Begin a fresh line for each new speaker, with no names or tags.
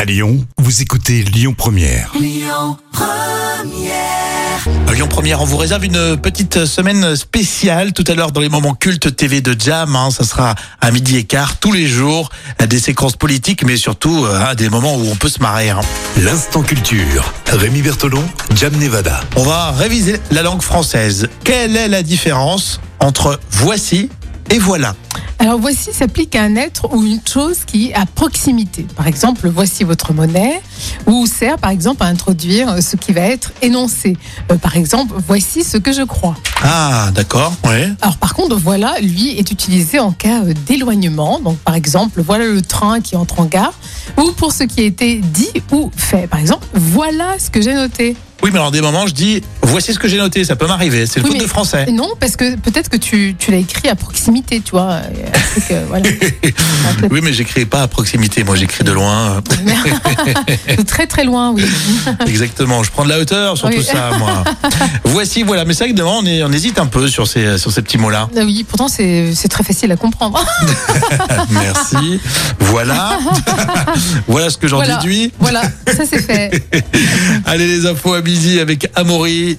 À Lyon, vous écoutez Lyon Première.
Lyon Première, on vous réserve une petite semaine spéciale tout à l'heure dans les moments cultes TV de Jam. hein. ça sera à midi et quart tous les jours euh, des séquences politiques, mais surtout euh, hein, des moments où on peut se marrer. hein.
L'instant culture. Rémi Bertolon, Jam Nevada.
On va réviser la langue française. Quelle est la différence entre voici et voilà
Alors voici s'applique à un être ou une chose qui est à proximité. Par exemple, voici votre monnaie, ou sert par exemple à introduire euh, ce qui va être énoncé. Euh, Par exemple, voici ce que je crois.
Ah, d'accord, oui.
Alors par contre, voilà, lui est utilisé en cas euh, d'éloignement. Donc par exemple, voilà le train qui entre en gare, ou pour ce qui a été dit ou fait. Par exemple, voilà ce que j'ai noté.
Oui, mais alors des moments, je dis voici ce que j'ai noté, ça peut m'arriver. C'est le
Oui,
faute
mais-
de français.
Non, parce que peut-être que tu, tu l'as écrit à proximité, tu vois. euh, un truc, euh, voilà. Ah, peut-être.
Oui, mais j'écris pas à proximité, moi j'écris de loin.
De très très loin, oui.
Exactement, je prends de la hauteur sur
Oui.
tout ça, moi. Voici, voilà, mais c'est vrai que demain, on, est- on hésite un peu sur ces, sur ces petits mots-là.
Ah oui, pourtant c'est c'est très facile à comprendre.
Merci, voilà, voilà ce que j'en
voilà,
déduis.
voilà, ça c'est fait.
Allez, les infos à midi avec Amaury